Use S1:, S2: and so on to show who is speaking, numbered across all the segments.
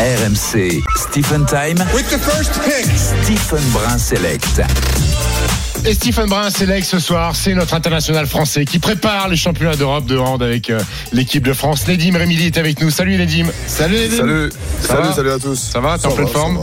S1: RMC, Stephen Time,
S2: With the first pick.
S1: Stephen Brun Select.
S3: Et Stephen Brun s'élève ce soir, c'est notre international français qui prépare les championnats d'Europe de hand avec euh, l'équipe de France. Nedim Remili est avec nous. Salut Nedim. Salut Nedim.
S4: Salut,
S3: Ça
S4: salut,
S3: va
S4: salut à tous.
S3: Ça va, t'es en
S4: Ça
S3: pleine
S4: ça
S3: forme
S4: va.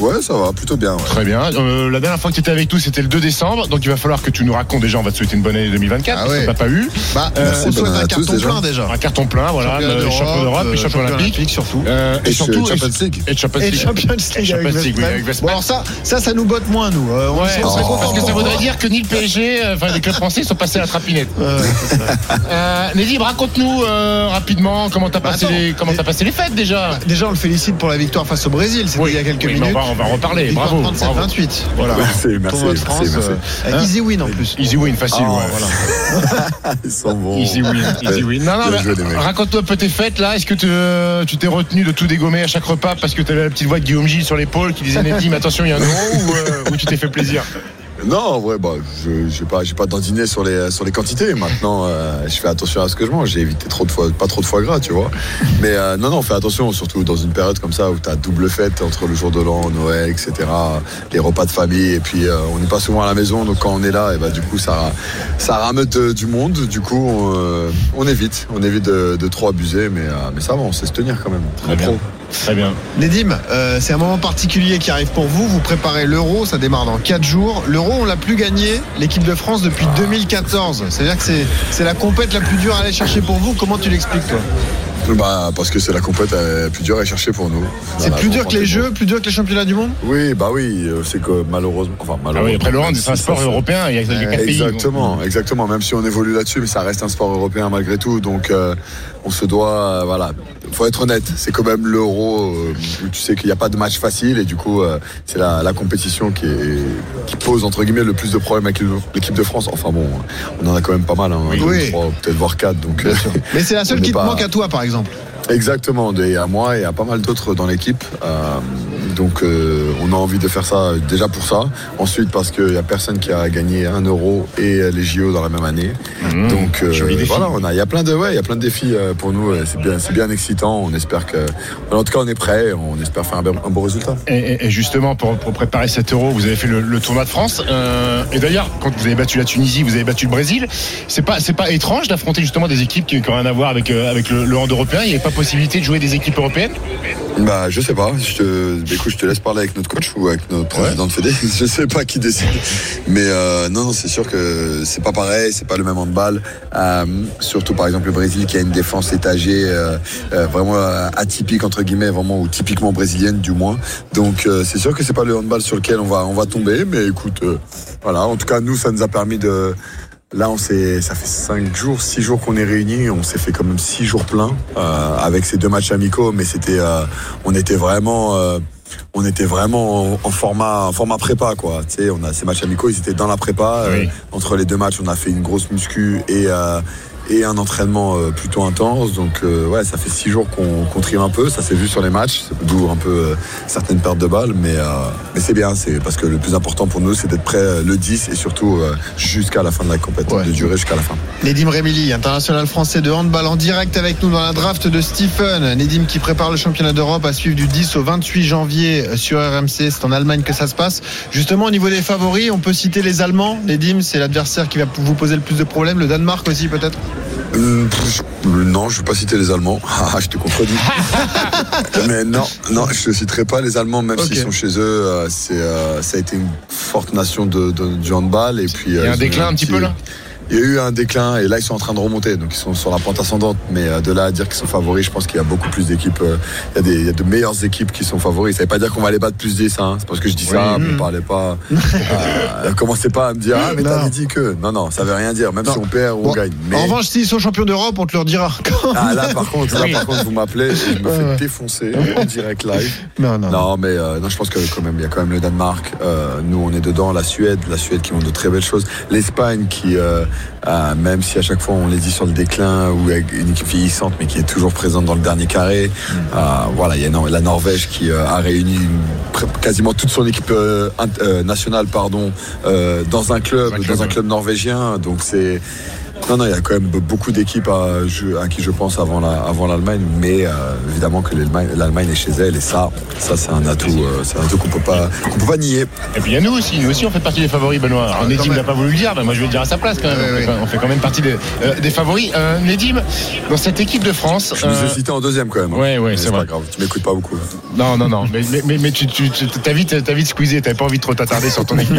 S4: Ouais, ça va, plutôt bien. ouais.
S3: Très bien. Euh, la dernière fois que tu étais avec nous, c'était le 2 décembre. Donc il va falloir que tu nous racontes déjà. On va te souhaiter une bonne année 2024.
S5: Ah
S3: parce qu'on
S5: ouais.
S3: t'a pas eu.
S5: Bah,
S3: Euh,
S5: on
S4: bonne
S5: souhaite
S4: année
S5: un
S4: à tous,
S5: carton
S4: déjà.
S5: plein déjà.
S3: Un carton plein, voilà.
S5: Championnat
S3: Les
S5: d'Europe,
S3: champions d'Europe, les
S5: euh,
S3: champions
S5: championnat
S3: olympiques.
S5: surtout.
S3: Euh, et,
S4: Et
S3: surtout.
S4: Champions League.
S3: Et Champions
S6: Et
S3: League.
S6: Champions
S3: Et
S6: League
S3: Champions
S6: avec
S3: League, oui,
S6: Westman.
S3: avec
S5: Bon,
S3: Westman.
S5: alors ça, ça, ça nous botte moins, nous. Euh, on
S3: Ouais,
S5: serait- on serait
S4: Oh.
S5: contents.
S3: parce que ça voudrait dire que ni le PSG, euh, enfin les clubs français sont passés à la trapinette. Euh, Nedim, raconte-nous euh, rapidement comment t'as
S5: Bah,
S3: passé,
S5: attends.
S3: les- comment t'as passé les fêtes déjà.
S5: Déjà, on le félicite pour la victoire face au Brésil, c'était
S3: Oui,
S5: il y a quelques
S3: oui, mais on
S5: minutes.
S3: va- on va en reparler,
S5: Victoire
S3: bravo,
S5: 37,
S3: bravo.
S5: 28. Voilà.
S4: Merci, merci,
S5: Tournoi de
S4: merci,
S5: France,
S4: merci.
S5: euh, avec easy win en plus.
S3: Hein
S5: Ah,
S3: Easy win, facile, ouais, voilà.
S4: Ils sont bons.
S3: Easy win,
S5: Oh.
S3: easy win. Non, non,
S4: Bien
S3: mais
S4: joué, les mecs.
S3: raconte-nous un peu tes fêtes là. Est-ce que te- euh, tu t'es retenu de tout dégommer à chaque repas parce que t'avais la petite voix de Guillaume Gilles sur l'épaule qui disait Nedim, attention, il y a un euro ou, euh, ou tu t'es fait plaisir
S4: Non, ouais, bah, je j'ai pas, j'ai pas dandiné sur les, sur les quantités. Maintenant, euh, je fais attention à ce que je mange. J'ai évité trop de fois, pas trop de foie gras, tu vois. Mais euh, non, non, fais attention, surtout dans une période comme ça où t'as double fête entre le jour de l'an, Noël, etc. Les repas de famille. Et puis, euh, on n'est pas souvent à la maison, donc quand on est là, et bah, du coup, ça, ça rameute euh, du monde. Du coup, on, euh, on évite, on évite de, de trop abuser, mais, euh, mais ça va, on sait se tenir quand même.
S3: Très bien. Très bien.
S5: Nedim, euh, c'est un moment particulier qui arrive pour vous. Vous préparez l'Euro, ça démarre dans 4 jours. L'Euro, on l'a plus gagné, l'équipe de France, depuis 2014. C'est-à-dire que c'est- c'est la compète la plus dure à aller chercher pour vous. Comment tu l'expliques, toi
S4: Bah, parce que c'est la compète la plus dure à chercher pour nous.
S5: C'est
S4: Voilà,
S5: plus
S4: bon,
S5: dur que les
S4: franchement.
S5: Jeux, plus dur que les championnats du monde
S4: Oui, bah oui, euh, c'est que malheureusement. Enfin,
S3: Ah
S4: malheureusement.
S3: oui, après le hand, c'est un
S4: si,
S3: sport
S4: ça, ça-
S3: européen. Il y a quelques quatre pays.
S4: Exactement, exactement. Même si on évolue là-dessus, mais ça reste un sport européen malgré tout. Donc, euh, on se doit, euh, voilà. Faut être honnête. C'est quand même l'Euro euh, où tu sais qu'il n'y a pas de match facile et du coup, euh, c'est la, la compétition qui, est- qui pose entre guillemets le plus de problèmes avec l'équipe de France. Enfin bon, on en a quand même pas mal. Hein,
S3: Oui.
S4: Deux,
S5: Oui.
S4: trois, peut-être voire quatre. Donc, euh,
S5: Mais c'est la seule
S4: On
S5: qui
S4: n'est
S5: te
S4: pas-
S5: manque à toi, par exemple.
S4: Exactement, et à moi et à pas mal d'autres dans l'équipe. Euh, donc euh, on a envie de faire ça déjà pour ça. Ensuite parce qu'il n'y a personne qui a gagné un euro et les JO dans la même année. donc euh,
S3: Mmh, joli défi.
S4: voilà, on a, il y a plein de, ouais, il y a plein de défis euh, pour nous. euh, C'est bien, c'est bien excitant. On espère que, en tout cas, on est prêt. On espère faire un, bel- un beau résultat.
S3: Et, et- et justement, pour, pour préparer cet euro, vous avez fait le, le tournoi de France. Euh, et d'ailleurs, quand vous avez battu la Tunisie, vous avez battu le Brésil. C'est pas, c'est pas étrange d'affronter justement des équipes qui n'ont rien à voir avec, euh, avec le, le hand européen. Il n'y avait pas possibilité de jouer des équipes européennes
S4: Bah, je sais pas. Je te, bah, écoute, je te laisse parler avec notre coach ou avec notre président de Fédé. Je sais pas qui décide. Mais euh, non, non, c'est sûr que c'est pas pareil, c'est pas le même handball. Euh, surtout par exemple le Brésil qui a une défense étagée, euh, euh, vraiment euh, atypique entre guillemets, vraiment ou typiquement brésilienne du moins. Donc euh, c'est sûr que c'est pas le handball sur lequel on va, on va tomber. Mais écoute, euh, voilà. En tout cas, nous, ça nous a permis de Là, on s'est, ça fait cinq jours, six jours qu'on est réunis. On s'est fait quand même six jours pleins euh, avec ces deux matchs amicaux, mais c'était, euh, on était vraiment, euh, on était vraiment en, en format, en format prépa quoi. Tu sais, on a ces matchs amicaux, ils étaient dans la prépa. Euh,
S3: Oui.
S4: entre les deux matchs, on a fait une grosse muscu et euh, et un entraînement euh, plutôt intense. Donc euh, ouais, ça fait six jours qu'on qu'on trie un peu. Ça s'est vu sur les matchs, d'où un peu euh, certaines pertes de balles, mais euh, mais c'est bien. C'est parce que le plus important pour nous, c'est d'être prêt euh, le 10 et surtout euh, jusqu'à la fin de la compétition,
S5: Ouais.
S4: de durer jusqu'à la fin.
S5: Nedim Remili, international français de handball en direct avec nous dans la draft de Stephen. Nedim qui prépare le championnat d'Europe à suivre du 10 au 28 janvier sur RMC. C'est en Allemagne que ça se passe. Justement, au niveau des favoris, on peut citer les Allemands. Nedim, c'est l'adversaire qui va vous poser le plus de problèmes. Le Danemark aussi, peut-être
S4: Hum, pff, je- Non, je vais pas citer les Allemands. Ah, je te contredis. Mais non, non, je ne citerai pas les Allemands, même
S5: Ok.
S4: s'ils sont chez eux. euh, C'est, euh, ça a été une forte nation de, de- du handball. Et puis,
S3: Il y a
S4: euh,
S3: un
S4: ils ont
S3: déclin
S4: eu
S3: un petit peu, là
S4: Il y a eu un déclin et là ils sont en train de remonter, donc ils sont sur la pente ascendante. Mais euh, de là à dire qu'ils sont favoris, je pense qu'il y a beaucoup plus d'équipes. euh, Il y a des- il y a de meilleures équipes qui sont favoris. Ça veut pas dire qu'on va les battre plus 10, hein. c'est parce que je dis ça,
S5: Oui.
S3: Mm.
S4: mais parlez pas. euh, commencez pas à me dire, ah mais
S5: Non.
S4: t'avais dit que. Non, non, ça veut rien dire, même
S5: Non.
S4: si on perd ou
S5: Bon,
S4: on gagne. Mais-
S5: En revanche, s'ils sont champions d'Europe, on te leur dira.
S4: ah, là, par contre, là, par contre, vous m'appelez, je me
S5: Ouais.
S4: fais défoncer en direct live.
S5: non, non.
S4: Non, mais euh, non, je pense que quand même, il y a quand même le Danemark. euh, nous, on est dedans. La Suède, la Suède qui montre de très belles choses. L'Espagne qui, euh, euh, même si à chaque fois on les dit sur le déclin ou avec une équipe vieillissante, mais qui est toujours présente dans le dernier carré.
S5: Mm.
S4: Euh, voilà, il y a Nor- la Norvège qui euh, a réuni une- pr- quasiment toute son équipe euh, int- euh, nationale, pardon, euh, dans un club,
S3: Dans un
S4: dans
S3: club,
S4: un
S3: ouais.
S4: club norvégien. Donc c'est Non, non, il y a quand même be- beaucoup d'équipes à, je- à qui je pense avant la- avant l'Allemagne, mais euh, évidemment que l'Allemagne l'Allemagne est chez elle et ça, ça c'est un atout, euh, c'est un atout qu'on peut pas, qu'on peut pas nier.
S3: Et puis il y a nous aussi, nous aussi on fait partie des favoris, Benoît. Alors,
S5: Ah,
S3: Nedim
S5: quand
S3: n'a
S5: même.
S3: pas voulu le dire, mais moi je vais le dire à sa place quand même.
S5: Ouais,
S3: on, fait,
S5: ouais.
S3: quand- on fait quand même partie des, euh, des favoris. Euh, Nedim, dans cette équipe de France.
S4: Je me
S3: euh,
S4: suis cité en deuxième quand même. hein.
S3: Ouais, ouais,
S4: Mais
S3: c'est
S4: pas
S3: vrai.
S4: grave. Tu m'écoutes pas beaucoup.
S3: Non, non, non, mais, mais, mais, mais tu, tu, tu- t'as vite, t'as vite squeezé, t'avais pas envie de trop t'attarder sur ton équipe.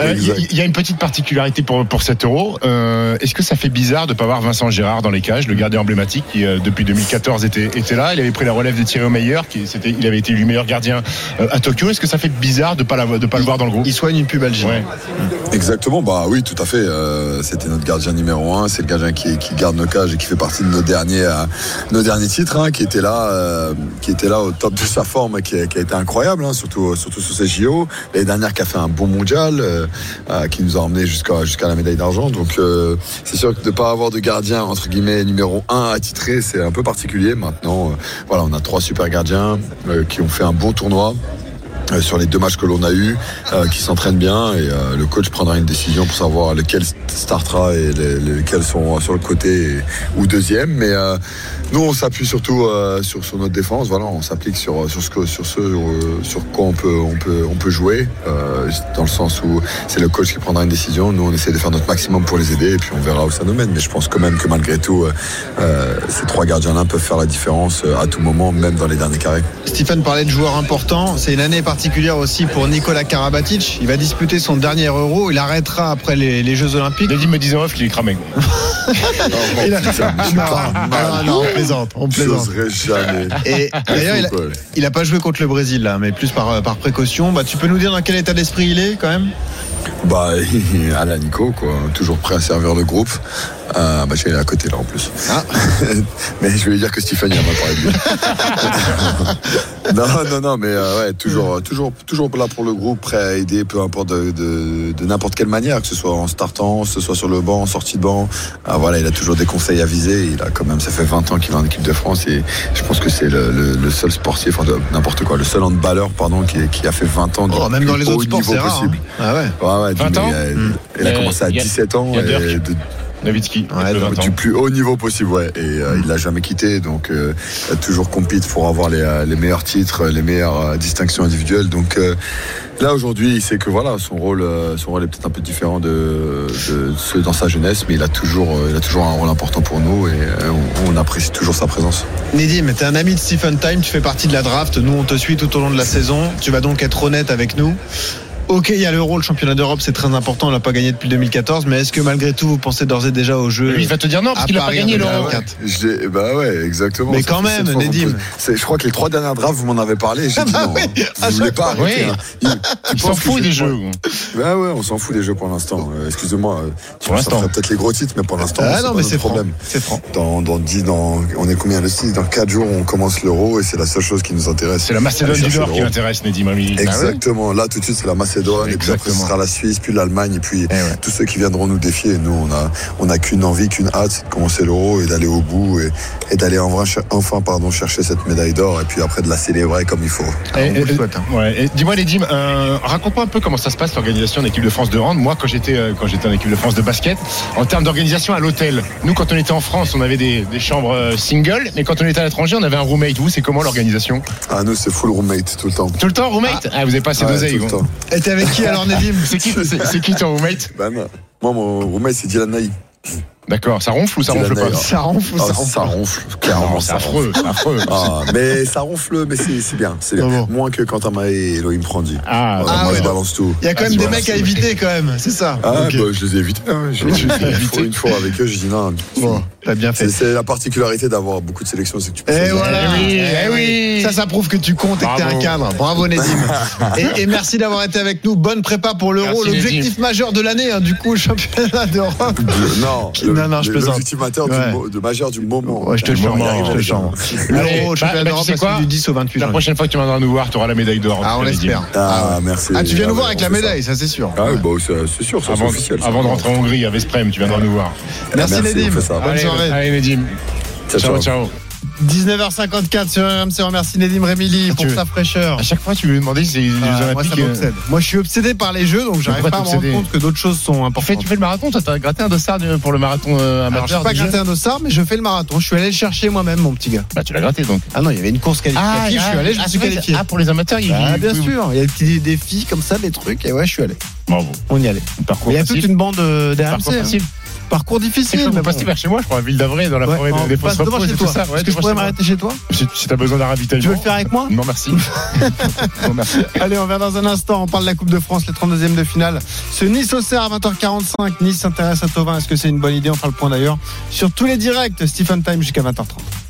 S3: Euh, Il y-
S4: Exact.
S3: il y, a une petite particularité pour, pour cet euro. Euh, Est-ce que ça fait bizarre de pas voir Vincent Gérard dans les cages, le gardien emblématique qui, euh, depuis 2014, était, était là Il avait pris la relève de Thierry Meyer, qui c'était, il avait été élu meilleur gardien euh, à Tokyo. Est-ce que ça fait bizarre de pas, la, de pas le voir dans le groupe
S5: Il soigne une pub algérienne.
S3: Ouais.
S4: Exactement, bah oui, tout à fait. Euh, C'était notre gardien numéro un, c'est le gardien qui, qui garde nos cages et qui fait partie de nos derniers, euh, nos derniers titres, hein, qui était là, euh, qui était là au top de sa forme, qui a, qui a été incroyable, hein, surtout, surtout sur ces JO. L'année dernière, qui a fait un bon mondial, euh, euh, qui nous a emmené jusqu'à jusqu'à la médaille d'argent. Donc, euh, c'est sûr que de pas avoir de gardien entre guillemets numéro un attitré, c'est un peu particulier. Maintenant, euh, voilà, on a trois super gardiens euh, qui ont fait un bon tournoi. Euh, sur les deux matchs que l'on a eu, qui s'entraînent bien et euh, le coach prendra une décision pour savoir lequel startera et les- lesquels sont sur le côté et- ou deuxième. Mais euh, nous, on s'appuie surtout euh, sur, sur notre défense. Voilà, on s'applique sur sur ce que- sur ce euh, sur quoi on peut on peut on peut jouer euh, dans le sens où c'est le coach qui prendra une décision. Nous, on essaie de faire notre maximum pour les aider et puis on verra où ça nous mène. Mais je pense quand même que malgré tout, euh, euh, ces trois gardiens-là peuvent faire la différence euh, à tout moment, même dans les derniers carrés.
S5: Stephen parlait de joueurs importants. C'est une année particulière aussi pour Nicolas Karabatic. Il va disputer son dernier euro. Il arrêtera après les, les Jeux Olympiques.
S3: Nedim me disait en off qu'il est cramé.
S4: Il a-
S5: Ah, ah, non, on plaisante, on plaisante.
S4: J'oserais jamais.
S5: Et d'ailleurs, il, a-
S4: Fou, quoi.
S5: il a pas joué contre le Brésil là, mais plus par, euh, par précaution. Bah, tu peux nous dire dans quel état d'esprit il est quand même
S4: Bah, à la Nico, quoi. Toujours prêt à servir le groupe. Euh, bah, j'ai à côté, là, en plus.
S5: Ah.
S4: mais je voulais dire que Stéphanie m'a parlé de lui. non, non, non, mais euh, ouais, toujours, euh, toujours, toujours là pour le groupe, prêt à aider, peu importe de, de- de n'importe quelle manière, que ce soit en startant, que ce soit sur le banc, en sortie de banc. Ah, voilà, il a toujours des conseils à viser. Il a quand même, ça fait 20 ans qu'il est en équipe de France et je pense que c'est le, le- le seul sportif, enfin, de- n'importe quoi, le seul handballeur, pardon, qui, qui a fait 20 ans de
S5: Oh, Même dans
S4: plus
S5: les
S4: haut
S5: autres sports,
S4: niveau
S5: c'est rare. hein.
S4: possible.
S5: Ah ouais.
S4: Ouais, ouais,
S3: 20
S4: mais,
S3: ans
S4: euh,
S5: Mm.
S4: Elle a
S3: Euh,
S4: commencé à
S3: y a-
S4: 17 ans
S3: y a
S4: et
S3: Dirk.
S4: de-
S3: Nowitzki,
S5: Ouais,
S3: le
S5: donc
S3: 20 ans. Hmm.
S4: du plus haut niveau possible, ouais. Et euh, il l'a jamais quitté, donc euh, elle a toujours compete pour avoir les, euh, les meilleurs titres, les meilleures euh, distinctions individuelles. Donc euh, là aujourd'hui, il sait que voilà, son rôle, euh, son rôle est peut-être un peu différent de, de ceux dans sa jeunesse, mais il a toujours, euh, il a toujours un rôle important pour nous et euh, on, on apprécie toujours sa présence.
S5: Nedim, t'es un ami de Stephen Time, tu fais partie de la draft, nous on te suit tout au long de la saison, tu vas donc être honnête avec nous. Ok, il y a l'Euro, le championnat d'Europe, c'est très important, on l'a pas gagné depuis 2014, mais est-ce que malgré tout vous pensez d'ores et déjà au jeu
S3: Lui, il va te dire non, parce
S5: à
S3: qu'il a pas
S5: Paris
S3: gagné
S5: en
S3: l'euro.
S5: 2024.
S4: Je l'ai- bah ouais, exactement.
S5: Mais
S4: Ça fait
S5: quand même,
S4: sept fois qu'on
S5: Nedim.
S4: pose- c'est- Je crois que les trois dernières drafts, vous m'en avez parlé.
S3: Ah
S4: J'ai dit
S3: bah
S4: non.
S5: oui,
S4: hein.
S5: à
S4: Vous voulez
S5: chaque
S4: pas
S3: fois.
S4: arrêter,
S3: Oui.
S4: hein. Il- tu
S3: Il s'en
S4: penses que
S3: fout
S4: je-
S3: des jeux.
S5: hein.
S4: Ouais, ouais, on s'en fout des jeux pour l'instant. Euh, Excusez-moi, euh,
S3: Pour
S4: ça
S3: l'instant.
S4: fera peut-être les gros titres, mais pour l'instant,
S5: Ah
S4: c'est
S5: non,
S4: pas
S5: mais
S4: notre
S5: c'est franc.
S4: problème.
S5: C'est franc.
S4: Dans, dans 10, dans, on est combien le 6 Dans 4 jours, on commence l'euro et c'est la seule chose qui nous intéresse.
S3: C'est la Macédoine
S5: Ah,
S4: Aller
S3: du
S4: chercher
S3: Nord qui
S4: l'euro.
S3: l'intéresse, Nedim Amili.
S4: Exactement. Là, tout de suite, c'est la Macédoine, et puis après, ce
S3: Bah Exactement.
S4: sera la Suisse, puis l'Allemagne, et puis
S3: Eh ouais.
S4: tous ceux qui viendront nous défier. Nous, on a, on a qu'une envie, qu'une hâte, c'est de commencer l'euro et d'aller au bout et, et d'aller en vrai- enfin, pardon, chercher cette médaille d'or et puis après de la célébrer comme il faut.
S3: Et-
S5: on vous le
S3: et-
S5: souhaite, hein.
S3: ouais. Et dis-moi, Nedim, euh, raconte-moi un peu comment ça se passe l'organisation de l'équipe de France de hand. Moi, quand j'étais euh, quand j'étais en équipe de France de basket, en termes d'organisation à l'hôtel, nous, quand on était en France, on avait des, des chambres euh, single, mais quand on était à l'étranger, on avait un roommate. Vous, c'est comment l'organisation
S4: Ah, nous, c'est full roommate tout le temps.
S3: Tout le temps, roommate ah, vous avez pas assez
S4: Ouais,
S3: d'oseille.
S4: tout le
S3: gros.
S4: temps.
S5: Et t'es avec qui alors Nedim
S3: C'est qui, c'est- c'est qui ton roommate
S4: Ben, non. moi, mon roommate, c'est Dylan Naï.
S3: D'accord, ça ronfle ou ça
S4: C'est
S3: ronfle
S4: la
S3: pas
S4: meilleure.
S5: Ça ronfle ou
S4: Ah,
S5: ça
S4: ça
S5: ronfle
S4: ronfle,
S3: Non,
S4: clairement.
S3: C'est
S4: ça ronfle.
S3: affreux, c'est affreux.
S4: Ah, mais ça ronfle, mais c'est c'est bien. c'est bien.
S5: Ah bon.
S4: Moins que quand Tamae et Elohim Prandi.
S3: Ah,
S4: Voilà,
S5: ah
S4: moi,
S5: ouais,
S4: je
S5: non.
S4: balance tout.
S5: Il y a
S3: Ah,
S5: quand même des
S3: voilà,
S5: mecs à
S3: c'est-
S5: éviter quand même, c'est ça.
S4: Ah,
S5: Ok.
S4: bah, je les ai évités. hein, je- je-
S3: les ai
S4: une fois-
S3: évités.
S4: Une fois avec eux, j'ai dit non.
S5: Bon, t'as bien fait.
S4: C'est- C'est la particularité d'avoir beaucoup de sélections, c'est que tu peux.
S5: Et
S4: choisir.
S5: voilà.
S3: Eh oui, eh oui.
S5: Ça, ça prouve que tu comptes et que t'es
S3: Bravo.
S5: un cadre. Bravo Nédim. et, et merci d'avoir été avec nous. Bonne prépa pour l'Euro.
S3: Merci,
S5: L'objectif majeur de l'année, hein, du coup, au championnat d'Europe.
S4: Le- Non,
S5: Qui-
S4: le-
S5: non, non, je
S4: le-
S5: plaisante.
S4: L'objectif majeur du
S5: Ouais.
S4: mo- de majeur du moment.
S5: Ouais, je te le
S4: Bon,
S5: chante,
S4: il arrive, hein.
S5: je te
S4: les
S5: le
S4: gens.
S5: chante.
S3: Allez,
S5: L'Euro au
S3: bah,
S5: championnat
S3: bah, tu
S5: d'Europe,
S3: sais
S5: c'est
S3: quoi
S5: du 10 au 28
S3: La
S5: janvier.
S3: prochaine fois que tu viendras nous voir, tu auras la médaille d'or.
S5: Ah, on
S3: Nedim.
S5: l'espère.
S4: Ah, merci.
S5: Ah, tu viens nous
S4: Ah,
S5: voir
S4: ouais,
S5: avec
S4: on
S5: la
S4: fait ça.
S5: médaille, ça, c'est sûr.
S4: Ah, bah, c'est c'est sûr, ça, c'est
S3: Avant,
S4: officiel. ça.
S3: avant de rentrer en Hongrie à Vesprem, tu viendras nous voir.
S4: Merci,
S5: Merci,
S4: on
S5: Nédim.
S4: fait ça.
S5: Bonne
S3: allez,
S5: soirée.
S3: allez, Nedim.
S4: Ciao,
S3: ciao.
S4: ciao.
S3: ciao.
S5: 19h54 sur RMC, on remercie Nedim Remili
S3: Ah, tu
S5: pour
S3: veux-
S5: sa fraîcheur.
S3: À chaque fois, tu me demandais si les
S5: Ah, moi,
S3: Olympiques.
S5: ça
S3: euh,
S5: m'obsède. Moi, je suis obsédé par les jeux, donc j'arrive
S3: pas
S5: pas à me rendre
S3: t'obséder.
S5: compte que d'autres choses sont
S3: tu fais,
S5: importantes.
S3: tu fais le marathon, toi, t'as gratté un dossard de- pour le marathon euh,
S5: Alors, je
S3: amateur.
S5: suis pas
S3: déjà
S5: gratté un dossard, mais je fais le marathon. Je suis allé le chercher moi-même, mon petit gars.
S3: Bah, tu l'as gratté donc.
S5: Ah non, il y avait une course qualificative. je suis allé, je me
S3: ah,
S5: suis
S3: c'est vrai,
S5: qualifié.
S3: Ah, pour les amateurs, il
S5: Ah,
S3: il-
S5: bien
S3: oui, oui.
S5: sûr, il y a des petits défis comme ça, des trucs, et ouais, je suis allé.
S3: Bravo.
S5: On y allait.
S3: Parcours
S5: Il y a
S3: facile.
S5: toute une bande euh, derrière
S3: Parcours
S5: RMC, hein.
S3: facile.
S5: Parcours difficile.
S3: C'est chaud,
S5: mais
S3: faut
S5: bon.
S3: passer vers chez moi, je crois, à Ville d'Avray, dans la
S5: Ouais,
S3: forêt
S5: on
S3: des
S5: passe
S3: Fosses
S5: devant
S3: Repos,
S5: chez
S3: c'est
S5: toi.
S3: tout ça.
S5: Est-ce
S3: ouais,
S5: que je
S3: devant
S5: pourrais
S3: chez moi.
S5: m'arrêter chez toi
S3: Si si t'as besoin d'un
S5: Tu veux
S3: ravitaillement.
S5: le faire avec moi
S3: Non, merci. non, merci.
S5: Allez, on revient dans un instant. On parle de la Coupe de France, les 32e de finale. Ce Nice Auxerre à 20h45. Nice s'intéresse à Tovin. Est-ce que c'est une bonne idée On fera le point d'ailleurs sur tous les directs. Stephen Time jusqu'à 20h30.